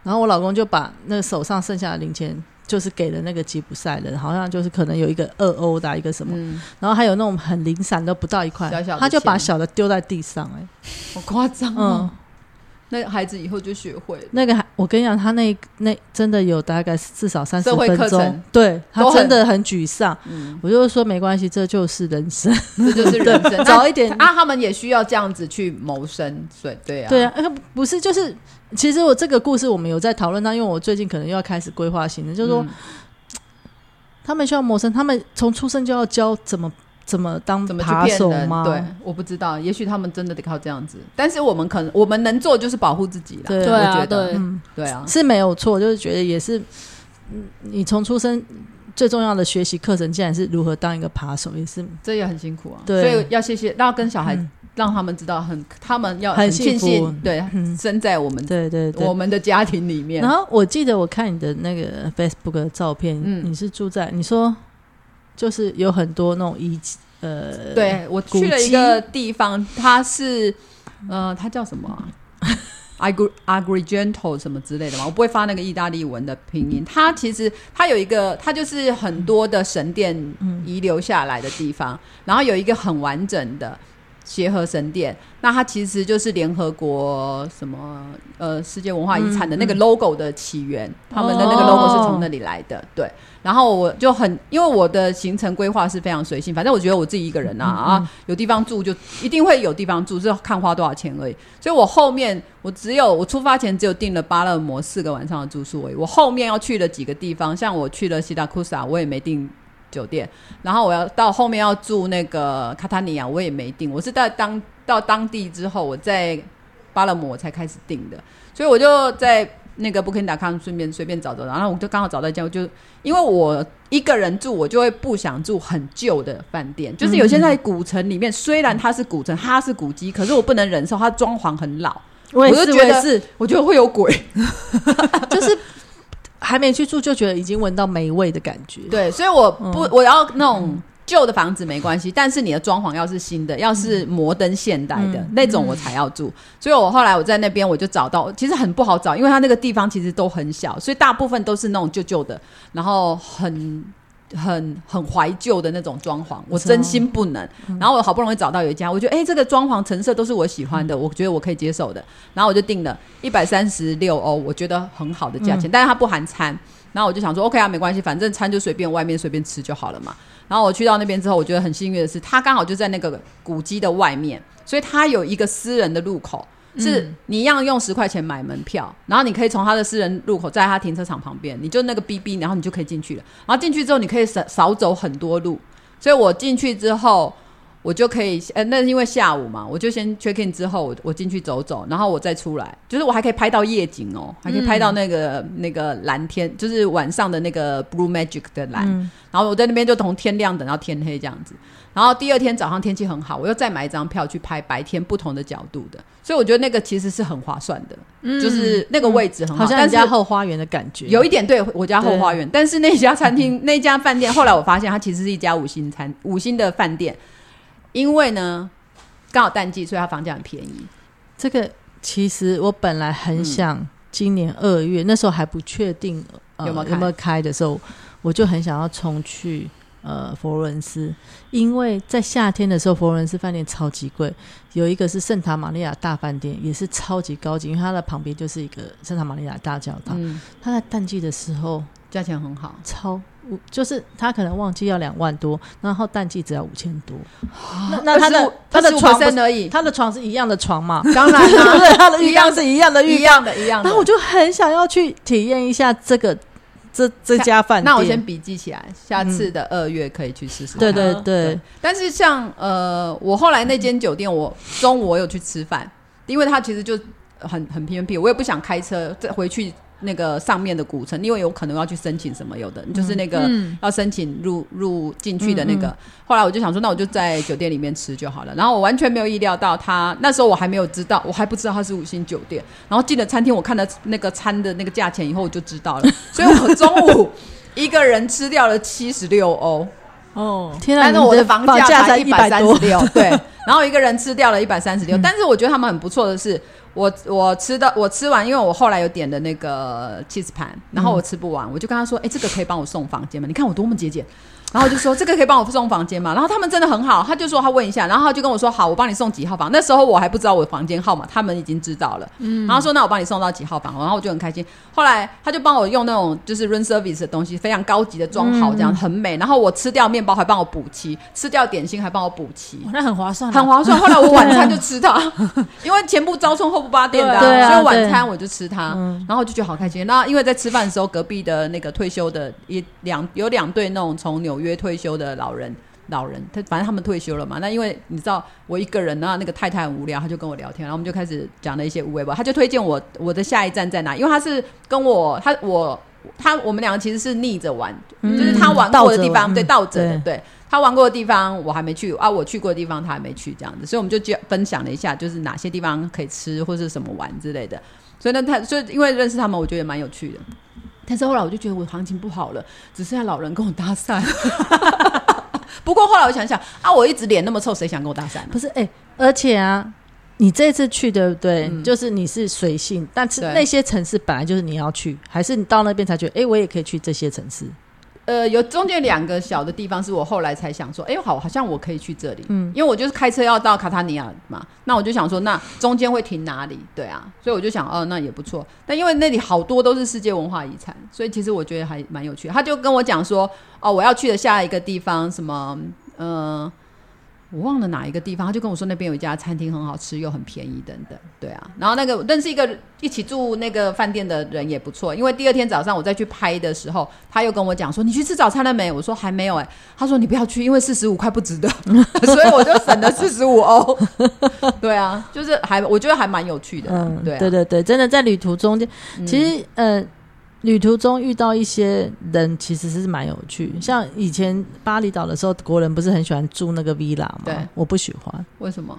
然后我老公就把那个手上剩下的零钱，就是给了那个吉普赛人，好像就是可能有一个二欧的啊、一个什么，嗯，然后还有那种很零散的不到一块，小小的他就把钱小的丢在地上、哎，好夸张嗯哦。那孩子以后就学会了，那个还我跟你讲，他那那真的有大概至少三十社会分课钟程，对他都很真的很沮丧。嗯，我就说没关系，这就是人 生。这就是人 生。早一点那啊，他们也需要这样子去谋生，所以对啊，对啊，呃不是，就是其实我这个故事我们有在讨论到，因为我最近可能又要开始规划行程，就是说、嗯他们需要谋生，他们从出生就要教怎么怎么当怎么去扒骗手人？吗？对，我不知道，也许他们真的得靠这样子，但是我们可能我们能做就是保护自己啦。对对我啊，觉得对，嗯，对啊，是没有错，就是觉得也是，嗯你从出生最重要的学习课程，竟然是如何当一个扒手，也是这也很辛苦啊。对所以要谢谢，那要跟小孩嗯让他们知道很，他们要很幸庆福幸，对，嗯生在我们对对对我。们的家庭里面然。后我记得我看你的那个 Facebook 的照片，嗯你是住在你说就是有很多那种遗迹，呃，对我古去了一迹个地方，它是呃，它叫什么、啊？Agri Agrigento 什么之类的嘛，我不会发那个意大利文的拼音。它其实它有一个，它就是很多的神殿遗留下来的地方，然后有一个很完整的协和神殿。那它其实就是联合国什么呃世界文化遗产的那个 logo 的起源，他们的那个 logo 是从那里来的。对，然后我就很因为我的行程规划是非常随性，反正我觉得我自己一个人啊啊，有地方住就一定会有地方住，就看花多少钱而已。所以我后面我只有我出发前只有订了巴勒摩四个晚上的住宿而已。我后面要去的几个地方，像我去了西达库萨，我也没订酒店。然后我要到后面要住那个卡塔尼亚，我也没订，我是在当到当地之后，我在巴勒摩才开始订的，所以我就在那个 Booking.com 顺便随便找找，然后我就刚好找到一家，我就因为我一个人住，我就会不想住很旧的饭店，就是有些在古城里面，虽然它是古城，它是古迹，可是我不能忍受它装潢很老，我也我是，就我觉得也是，我觉得会有鬼。 就是还没去住就觉得已经闻到霉味的感觉。对，所以我不、我要那种旧的房子没关系，但是你的装潢要是新的，要是摩登现代的、那种我才要住。所以我后来我在那边我就找到，其实很不好找，因为它那个地方其实都很小，所以大部分都是那种旧旧的，然后很。很很怀旧的那种装潢，我真心不能。然后我好不容易找到有一家，我觉得哎、诶这个装潢成色都是我喜欢的，我觉得我可以接受的。然后我就定了一百三十六欧，我觉得很好的价钱，但是它不含餐。然后我就想说，OK 啊，没关系，反正餐就随便外面随便吃就好了嘛。然后我去到那边之后，我觉得很幸运的是，它刚好就在那个古迹的外面，所以它有一个私人的入口。是你一样用十块钱买门票，然后你可以从他的私人入口，在他停车场旁边，你就那个 B B，然后你就可以进去了。然后进去之后，你可以少少走很多路。所以我进去之后，我就可以，呃，那是因为下午嘛，我就先 check in 之后，我我进去走走，然后我再出来，就是我还可以拍到夜景哦，还可以拍到那个、嗯那个蓝天，就是晚上的那个 blue magic 的蓝。嗯然后我在那边就从天亮等到天黑这样子。然后第二天早上天气很好，我又再买一张票去拍白天不同的角度的，所以我觉得那个其实是很划算的，嗯就是那个位置很嗯好，好像但人是家后花园的感觉。有一点对我家后花园，但是那家餐 厅、那家饭店，后来我发现它其实是一家五星餐、五星的饭店，因为呢刚好淡季，所以它房价很便宜。这个，其实我本来很想今年二月、那时候还不确定、呃、有没有开嗯有没有开的时候，我就很想要冲去呃佛罗伦斯，因为在夏天的时候佛罗伦斯饭店超级贵，有一个是圣塔玛利亚大饭店，也是超级高级，因为它的旁边就是一个圣塔玛利亚大教堂，嗯，它在淡季的时候价钱很好，超。就是它可能旺季要两万多，然后淡季只要五千多。那那那它的它的床不是，而已，它的床是一样的床 嘛？当然对不 啦、对？它的一浴样缸是一样的浴缸。一样的，一样的。然后我就很想要去体验一下这个这这下家饭店。那我先笔记起来，下次的二月可以去试试看。对对好对，但是像呃，我后来那间酒店，我中午我有去吃饭，因为它其实就很很偏僻，我也不想开车再回去那个上面的古城，因为有可能要去申请什么有的，就是那个嗯要申请入入进去的那个。后来我就想说，那我就在酒店里面吃就好了。然后我完全没有意料到它，那时候我还没有知道，我还不知道它是五星酒店。然后进了餐厅，我看了那个餐的那个价钱以后，我就知道了。所以我中午 一个人吃掉了七十六欧。哦，天啊！但是你我的的房价才一百三多嗯十， 六，对，然后一个人吃掉了一百三十六，但是我觉得他们很不错的是，我我吃的我吃完，因为我后来有点的那个 cheese 盘，然嗯后我吃不完，我就跟他说，哎、这个可以帮我送房间吗？你看我多么节俭。然后我就说这个可以帮我送房间吗？然后他们真的很好，他就说他问一下，然后他就跟我说好，我帮你送几号房。那时候我还不知道我房间号码，他们已经知道了。嗯，然后说那我帮你送到几号房，然后我就很开心。后来他就帮我用那种就是 room service 的东西，非常高级的装好，这样、很美。然后我吃掉面包还帮我补齐，吃掉点心还帮我补齐。哇那很划算啊，很划算。后来我晚餐就吃它， 因为前不着村后不搭店的、啊对啊所对嗯以晚餐我就吃它，然后我就觉得好开心。那因为在吃饭的时候，隔壁的那个退休的一两有两对那种从纽约退休的老人。老人，他反正他们退休了嘛。那因为你知道我一个人呢，那个太太很无聊，他就跟我聊天，然后我们就开始讲了一些无微博。他就推荐我我的下一站在哪，因为他是跟我他我他我们两个其实是逆着玩，嗯就是他玩过的倒地着方玩对倒着的嗯对。他玩过的地方我还没去啊，我去过的地方他还没去，这样子，所以我们就介分享了一下，就是哪些地方可以吃或是什么玩之类的。所以呢，他所以因为认识他们，我觉得也蛮有趣的。但是后来我就觉得我行情不好了，只剩下老人跟我搭讪。 不过后来我想想啊，我一直脸那么臭，谁想跟我搭讪啊呢、不是哎、而且啊。你这次去对不对？就是你是随性，但是嗯对那些城市本来就是你要去，还是你到那边才觉得，哎、我也可以去这些城市？呃，有中间两个小的地方是我后来才想说，哎、好，好像我可以去这里，嗯，因为我就是开车要到卡塔尼亚嘛，那我就想说，那中间会停哪里？对啊，所以我就想，哦，那也不错。但因为那里好多都是世界文化遗产，所以其实我觉得还蛮有趣的。他就跟我讲说，哦，我要去的下一个地方什么，呃，我忘了哪一个地方，他就跟我说那边有一家餐厅很好吃又很便宜等等，对啊。然后那个认识一个一起住那个饭店的人也不错，因为第二天早上我再去拍的时候，他又跟我讲说你去吃早餐了没？我说还没有哎、他说你不要去，因为四十五块不值得，所以我就省了四十五欧。对啊，就是还我觉得还蛮有趣的啦，嗯，对啊，嗯对对对，真的在旅途中间，其实呃，旅途中遇到一些人其实是蛮有趣。像以前巴厘岛的时候，国人不是很喜欢住那个 villa 吗？对我不喜欢，为什么？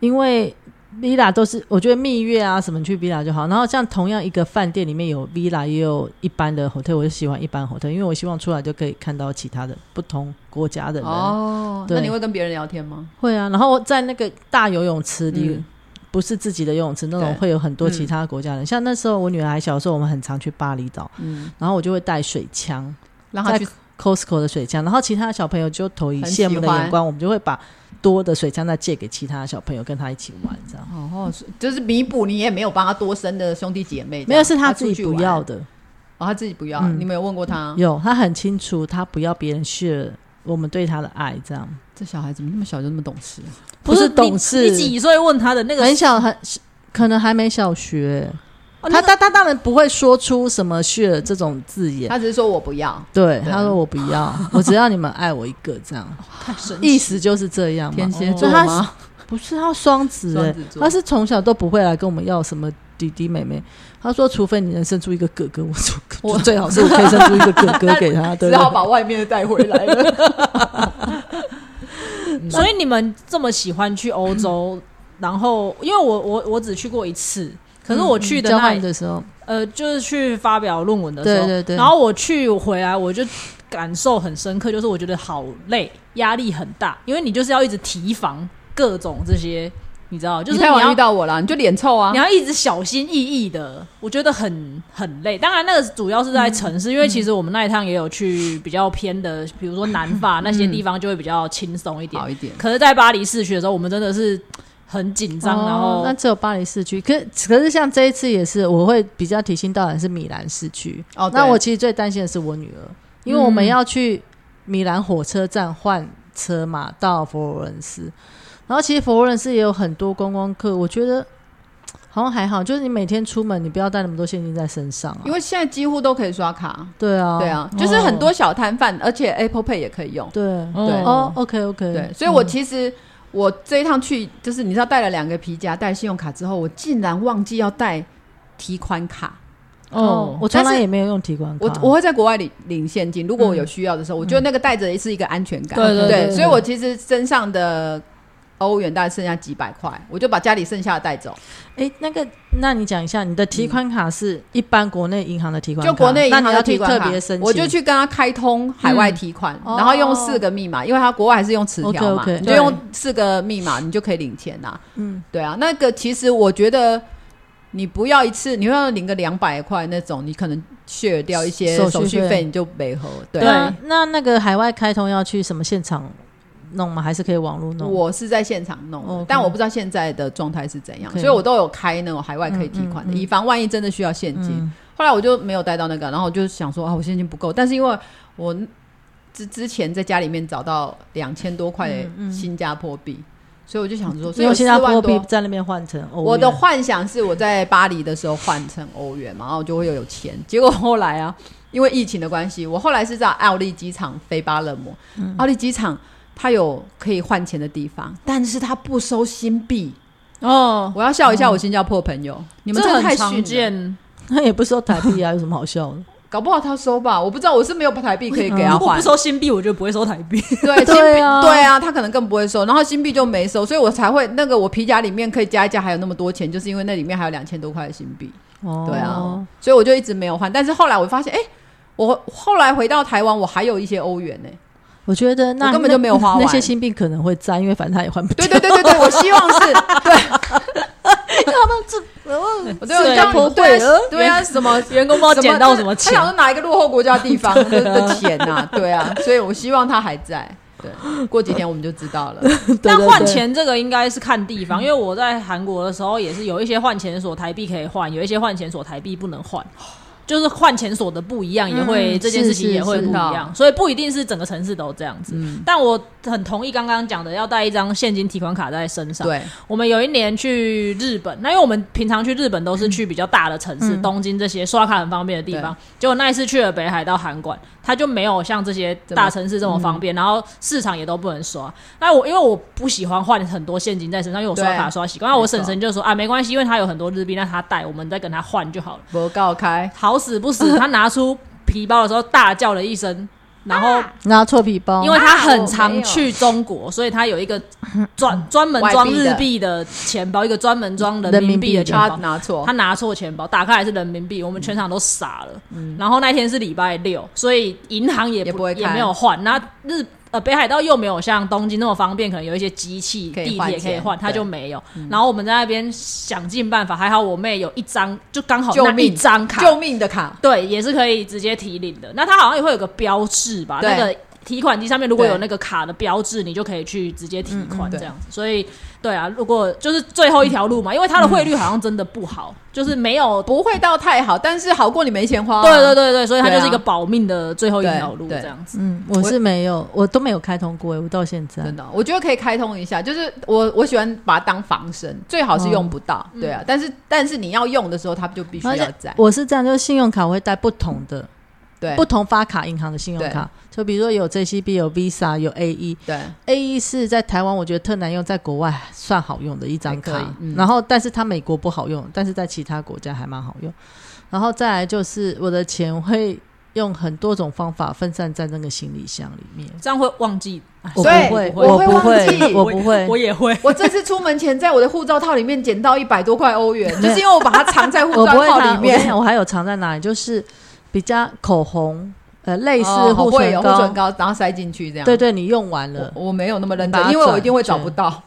因为 villa 都是我觉得蜜月啊什么你去 villa 就好。然后像同样一个饭店里面有 villa 也有一般的 hotel，我就喜欢一般 hotel，因为我希望出来就可以看到其他的不同国家的人。哦，对那你会跟别人聊天吗？会啊，然后在那个大游泳池里，嗯不是自己的游泳池那种对，会有很多其他国家人。像那时候我女儿还小的时候，我们很常去巴厘岛，嗯，然后我就会带水枪让他去，Costco 的水枪，然后其他小朋友就投以羡慕的很喜欢眼光，我们就会把多的水枪再借给其他小朋友，跟他一起玩这样。哦，是就是弥补你也没有帮他多生的兄弟姐妹这样，没有，是他他自己出去不玩要的。哦，他自己不要，嗯你没有问过他？有，他很清楚，他不要别人 share 我们对他的爱，这样这小孩怎么那么小就那么懂事啊？不是你懂事你，几岁问他的那个很小很可能还没小学，哦他那他他当然不会说出什么 “share” 这种字眼。他只是说我不要，对，对他说我不要，我只要你们爱我一个，这样太神奇意思就是这样嘛天。蝎座哦那他吗？不是他双子、双欸子，座他是从小都不会来跟我们要什么弟弟妹妹。他说，除非你能生出一 个哥哥，我说我我最好是我可以生出一个哥哥给他，对只不好对？把外面的带回来 了。所以你们这么喜欢去欧洲，然后因为我我我只去过一次，可是我去的嗯交那、换的时候，呃就是去发表论文的时候，对对对然后我去回来我就感受很深刻，就是我觉得好累，压力很大，因为你就是要一直提防各种这些，你知道，就是你你太晚要遇到我了，你就脸臭啊你！要一直小心翼翼的，我觉得很很累。当然，那个主要是在城嗯市，因为其实我们那一趟也有去比较偏的，比如说南 法、那些地方，就会比较轻松一点嗯好。一点，可是，在巴黎市区的时候，我们真的是很紧张，然哦后那只有巴黎市区。可可是像这一次也是，我会比较提心吊胆是米兰市区。哦那对嗯我其实最担心的是我女儿，因为我们要去米兰火车站换车嘛，到佛罗伦斯。然后其实佛罗伦斯也有很多观光客，我觉得嘖好像还好，就是你每天出门，你不要带那么多现金在身上啊。因为现在几乎都可以刷卡，对啊，对啊，就是很多小摊贩，而且 Apple Pay 也可以用。对对哦，OK 嗯 OK，嗯对，所以我其实我这一趟去，就是你知道带了两个皮夹，带信用卡之后，我竟然忘记要带提款卡。哦，我从但是来也没有用提款卡，我我会在国外领领现金，如果我有需要的时嗯候，我觉得那个带着是一个安全感。对对对对所以我其实身上的欧元大概剩下几百块，我就把家里剩下的带走。哎，那个，那你讲一下，你的提款卡是一般国内银行的提款卡，就国内银那行你的要提去款特卡别申请，我就去跟他开通海外提款，嗯然后用哦四个密码，因为他国外还是用磁条嘛 OK，OK 你就用四个密码，你就可以领钱呐、嗯，对啊，那个其实我觉得。你不要一次，你要领个两百块那种，你可能 share 掉一些手续手续费费，你就没合。对，啊那那那个海外开通要去什么现场弄吗？还是可以网络弄？我是在现场弄的 OK 但我不知道现在的状态是怎样 OK 所以我都有开那种海外可以提款的，嗯嗯嗯嗯以防万一真的需要现金。后来我就没有带到那个，然后我就想说啊，我现金不够，但是因为我之之前在家里面找到两千多块嗯的新加坡币，所以我就想说，因所以为有我四新加万坡多币。在那边换成欧元我的幻想是我在巴黎的时候换成欧元嘛，然后我就会有钱。结果后来啊，因为疫情的关系，我后来是在奥利机场飞巴勒摩。嗯奥利机场它有可以换钱的地方，但是它不收新币。哦，我要笑一下我新加坡的朋友，你你们真嗯这的很太常逊了，见。 那也不收台币啊，有什么好笑 的？搞不好他收吧，我不知道，我是没有台币可以给他如果嗯换不。收新币，我就不会收台币。 对，新币对啊对啊，他可能更不会收，然后新币就没收，所以我才会那个我皮夹里面可以加一加，还有那么多钱，就是因为那里面还有两千多块的新币，哦对啊，所以我就一直没有换。但是后来我发现，哎、我后来回到台湾，我还有一些欧元呢、我觉得那我根本就没有花完那那些新币可能会在，因为反正他也换不掉。对对对对对，我希望 是对， 我新对加坡我会对了 对啊，什么员工不知道捡到什么钱他想说哪一个落后国家 地方的的钱呐、对啊，所以我希望他还在。对，过几天我们就知道 了。 对但对嗯换对钱这个应该是看地方，因为我在韩国的时候也是有一些换钱所台币可以换，有一些换钱所台币不能换，就是换钱所的不一样，也会、嗯这件事情是也会是嗯不一样，所以不一定是整个城市都这样子。但我很同意刚刚讲的，要带一张现金提款卡在身上。，对，我们有一年去日本，那因为我们平常去日本都嗯是去比较大的城市，东京这些刷卡很方便的地方。结果那一次去了北海道函馆，它就没有像这些大城市这么方嗯便，然后市场也都不能刷。那我因为我不喜欢换很多现金在身上，因为我刷对卡刷习惯。那我婶没错婶就说啊，没关系，因为他有很多日币，那他带，我们再跟他换就好了。我告开，好死不 死，他拿出皮包的时候大叫了一声，然后拿错皮包，因为他啊我很没常有去中国，所以他有一个嗯专专门装日币的钱包，一个专门装人民币的钱他包。拿错他，拿错钱包，打开来是人民币，我们全场都傻了。然后那天是礼拜六，所以银行也嗯也不会开也没有换。那日呃北海道又没有像东京那么方便，可能有一些机器可以地换铁可以钱换，他对嗯就没有。然后我们在那边想尽办法，还好我妹有一张，就刚好救那一命张卡，救命的卡，对，也是可以直接提领的。那它好像也会有个标志吧，对那个提款机上面如果有对那个卡的标志，你就可以去直接提款嗯这对样子。所以，对啊，如果就是最后一条路嘛，因为它的汇率好像真的不嗯好，就是没有。不会到太好，但是好过你没钱花、对对，对对，所以它对啊就是一个保命的最后一条路对对这样子。嗯，我是没有，我都没有开通过，我到现在真的，哦我觉得可以开通一下，就是我我喜欢把它当防身，最好是用不到，对啊，但是但是你要用的时候，它就必须而要且在，我是这样，就是信用卡我会带不同的对不同发卡银行的信用卡，就比如说有 JCB、有 Visa、有 AE。对 AE E 是在台湾我觉得特难用，在国外算好用的一张还可以卡，嗯然后但是它美国不好用，但是在其他国家还蛮好用。然后再来就是我的钱会用很多种方法分散在那个行李箱里面，这样会忘记，我所以不会，我我会不忘记会，我不我会。也会。 我这次出门前，在我的护照套里面捡到一百多块欧元， 就是 因为我把它藏在护我照不会套拿，里我跟你面。讲，我还有藏在哪里，就是比较口红，呃，类似哦好护会唇有护唇膏，然后塞进去这样。对对，你用完了，我，我没有那么认把真，它因为我转一定会找不到。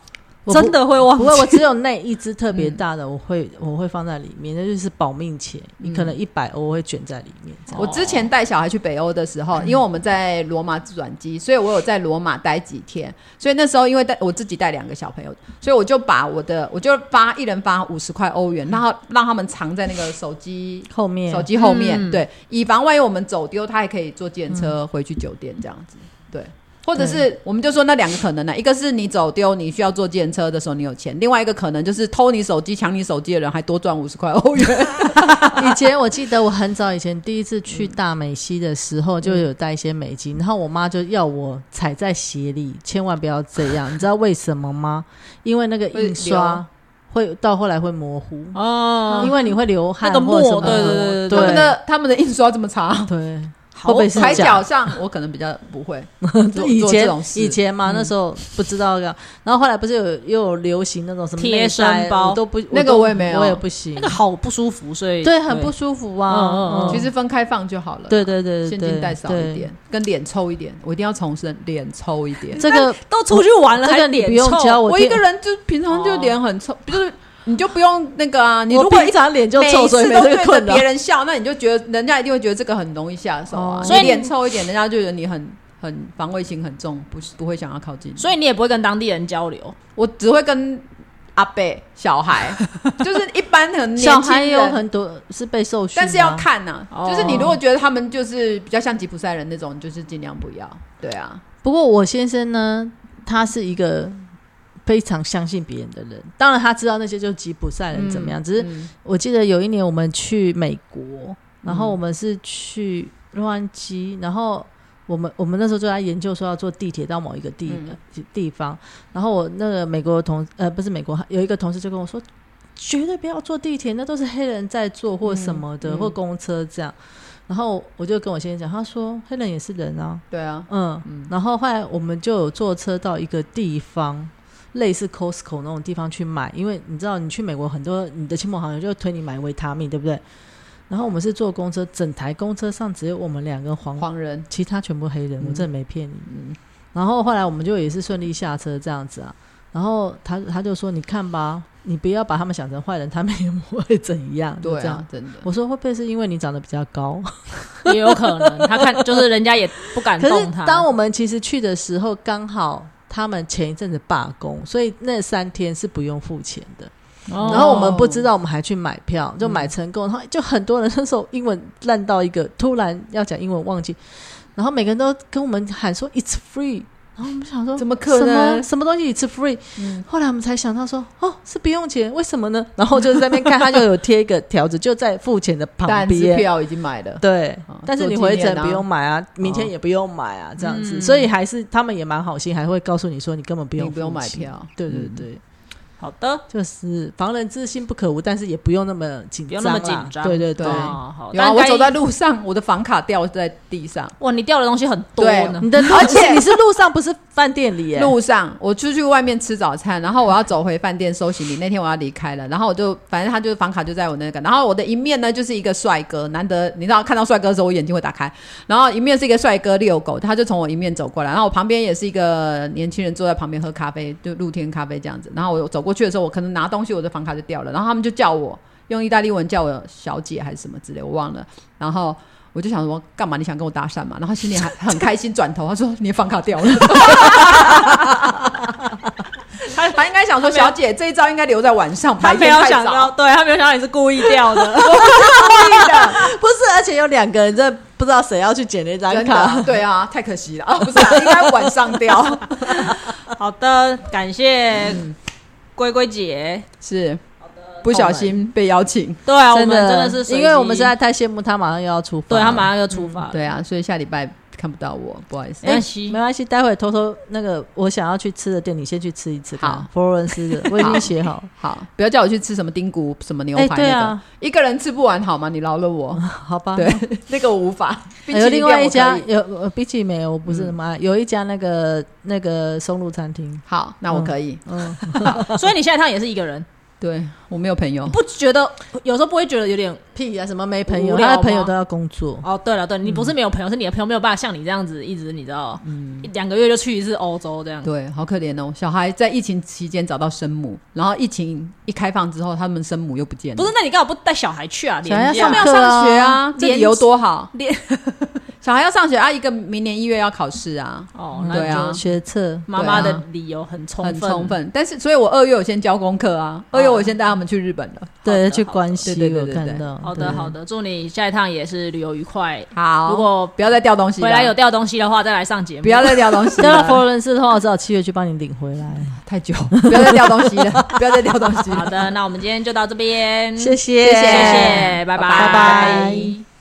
我不真的会忘不记。会，我只有那一只特别大的，我会我会放在里面，那就是保命钱。你可能一百欧我会卷在里面，这样我之前带小孩去北欧的时哦候，因为我们在罗马转机，所以我有在罗马待几天。所以那时候因为带我自己带两个小朋友，所以我就把我的我就发一人发五十块欧元，然后让他们藏在那个手机后面手机后面，嗯嗯对，以防万一我们走丢，他还可以坐电车回去酒店这样子，对。或者是我们就说那两个可能呢、一个是你走丢，你需要坐电车的时候你有钱；，另外一个可能就是偷你手机、抢你手机的人还多赚五十块欧元。以前我记得我很早以前第一次去大美西的时候，就有带一些美金，然后我妈就要我踩在鞋里，千万不要这样。你知道为什么吗？因为那个印刷会到后来会模糊，哦，因为你会流汗那个或者什墨，么哦对的。对对对他们的他们的印刷这么差，对好会不会是踩假 脚上我可能比较不会做以做这种前事。嗯以前嘛，那时候不知道的，然后后来不是有又有流行那种什么贴内身塞包我都不那个都我也没有我也不行，那个好不舒服，所以对很不舒服嗯嗯啊嗯。其实分开放就好了，对对对对，现金带少对一点，，跟脸抽一点。我一定要重申，脸抽一点。这个都出去玩了，这还个你脸不用臭教我我贴一个人就平常就脸很臭，就是你就不用那个啊。你如我果平一常脸就每臭，一所次以没都这对个着困扰别。人笑，那你就觉得人家一定会觉得这个很容易下手啊。哦所以你你脸臭一点，人家就觉得你很很防卫心很重，不不会想要靠近你。所以你也不会跟当地人交流。我只会跟阿伯 小孩，就是一般很年轻小孩有人很多是被受训啊，但是要看呐、哦就是你如果觉得他们就是比较像吉普赛人那种，你就是尽量不要。对啊，不过我先生呢，他是一个非常相信别人的人，当然他知道那些就是吉普赛人怎么样，只是嗯我记得有一年我们去美国，然后我们是去洛杉矶，然后我们我们那时候就在研究说要坐地铁到某一个地、嗯地方，然后我那个美国同呃不是美国有一个同事就跟我说，绝对不要坐地铁，那都是黑人在坐或什么的、嗯嗯或公车这样。然后我就跟我先生讲，他说黑人也是人啊，对啊，嗯，嗯然后后来我们就有坐车到一个地方，类似 Costco 那种地方去买，因为你知道你去美国很多你的亲朋好友就推你买维他命，对不对？然后我们是坐公车，整台公车上只有我们两个黄，黄人，其他全部黑人，我嗯真的没骗你。嗯，然后后来我们就也是顺利下车这样子啊，然后他他就说：“你看吧，你不要把他们想成坏人，他们也不会怎样。”就对这样啊。，真的。我说会不会是因为你长得比较高？ 也有可能，他看就是人家也不敢可动是他。当我们其实去的时候，刚好他们前一阵子罢工，所以那三天是不用付钱的。哦然后我们不知道，我们还去买票，就买成功。然后就很多人那时候英文烂到一个，突然要讲英文忘记，然后每个人都跟我们喊说 “It's free”，然后我们想说怎么可什能嗯么什么东西 “It's free”？、后来我们才想到说哦是不用钱，为什么呢？然后就在那边看，他就有贴一个条子，就在付钱的 旁但支边。票已经买了，对啊，但是做你纪回念程啊不用买啊，明天哦也不用买啊，这样子，嗯所以还是他们也蛮好心，还会告诉你说你根本不用你不用付买钱票对对嗯对，好的，就是防人之心不可无，但是也不用那么紧不用张那啦，么紧张。对对对。啊哦好，然但后啊我该走在路上，我的房卡掉在地上。哇，你掉的东西很多呢你。的路，而且你是路上不是饭店里耶，路上，我出去外面吃早餐，然后我要走回饭店收行李。那天我要离开了，然后我就反正他就是房卡就在我那个，然后我的一面呢就是一个帅哥，难得你知道看到帅哥的时候我眼睛会打开，然后一面是一个帅哥遛狗，他就从我一面走过来，然后我旁边也是一个年轻人坐在旁边喝咖啡，就露天咖啡这样子。然后我走过去的时候，我可能拿东西，我的房卡就掉了，然后他们就叫我用意大利文叫我小姐还是什么之类，我忘了。然后我就想说干嘛？你想跟我搭讪嘛？然后心 里还很开心，转头他说你的房卡掉 了，他他应该想说他没有小姐这一招应该留在晚上，他白没天有太想早到，对他没有想到你是故意掉的， 不是，而且有两个人在不知道谁要去捡那张真卡的，对啊，太可惜了啊，不是啊， 应该晚上掉，好的，感谢嗯龟龟姐。是不小心被邀请，对啊，我们真真的是随机，因为我们实在嗯太羡慕他马上又要出发，对他马上就出发了，对啊，所以下礼拜看不到我，不好意思没。关系没。关系，待会偷偷那个我想要去吃的店，你先去吃一次看。好佛罗伦斯的我已经写好了， 好，不要叫我去吃什么丁骨、什么牛哎排对那啊个，一个人吃不完好吗？你饶了我。好吧？对，啊 那个我无法。还有另外一家冰淇淋店我可以有呃冰淇淋没有，我不是那么爱。有一家那个那个松露餐厅，好，那我可以。嗯，所以你现在一趟也是一个人，对我没有朋友，不觉得有时候不会觉得有点屁啊，什么没朋无友，聊他的朋吗友都要工作。哦，对了，对你不嗯是没有朋友，是你的朋友没有办法像你这样子一直你知道，一两个月就去一次欧洲这样。对，好可怜哦。小孩在疫情期间找到生母，然后疫情一开放之后，他们生母又不见了。不是，那你干嘛不带小孩去啊？小孩要连假他们要上课啊上学啊，这连理由多好。连 小孩要上学啊，一个明年一月要考试啊，哦，那对啊就学测，妈妈的理由很充很分，充分。但是，所以我二月我先交功课啊，二月我先带他们去日本了。对，的去好的关西对对我对对看对到。好的，对好的，祝你下一趟也是旅游愉快。好，如果不要再掉东西了，回来有掉东西的话，再来上节目。不要再掉东西 对啊，了，佛罗伦斯的话，我只好七月去帮你领回来。太久，不要再掉东西了，不要再掉东西了 好。的，那我们今天就到这边，谢谢，谢谢，拜拜拜拜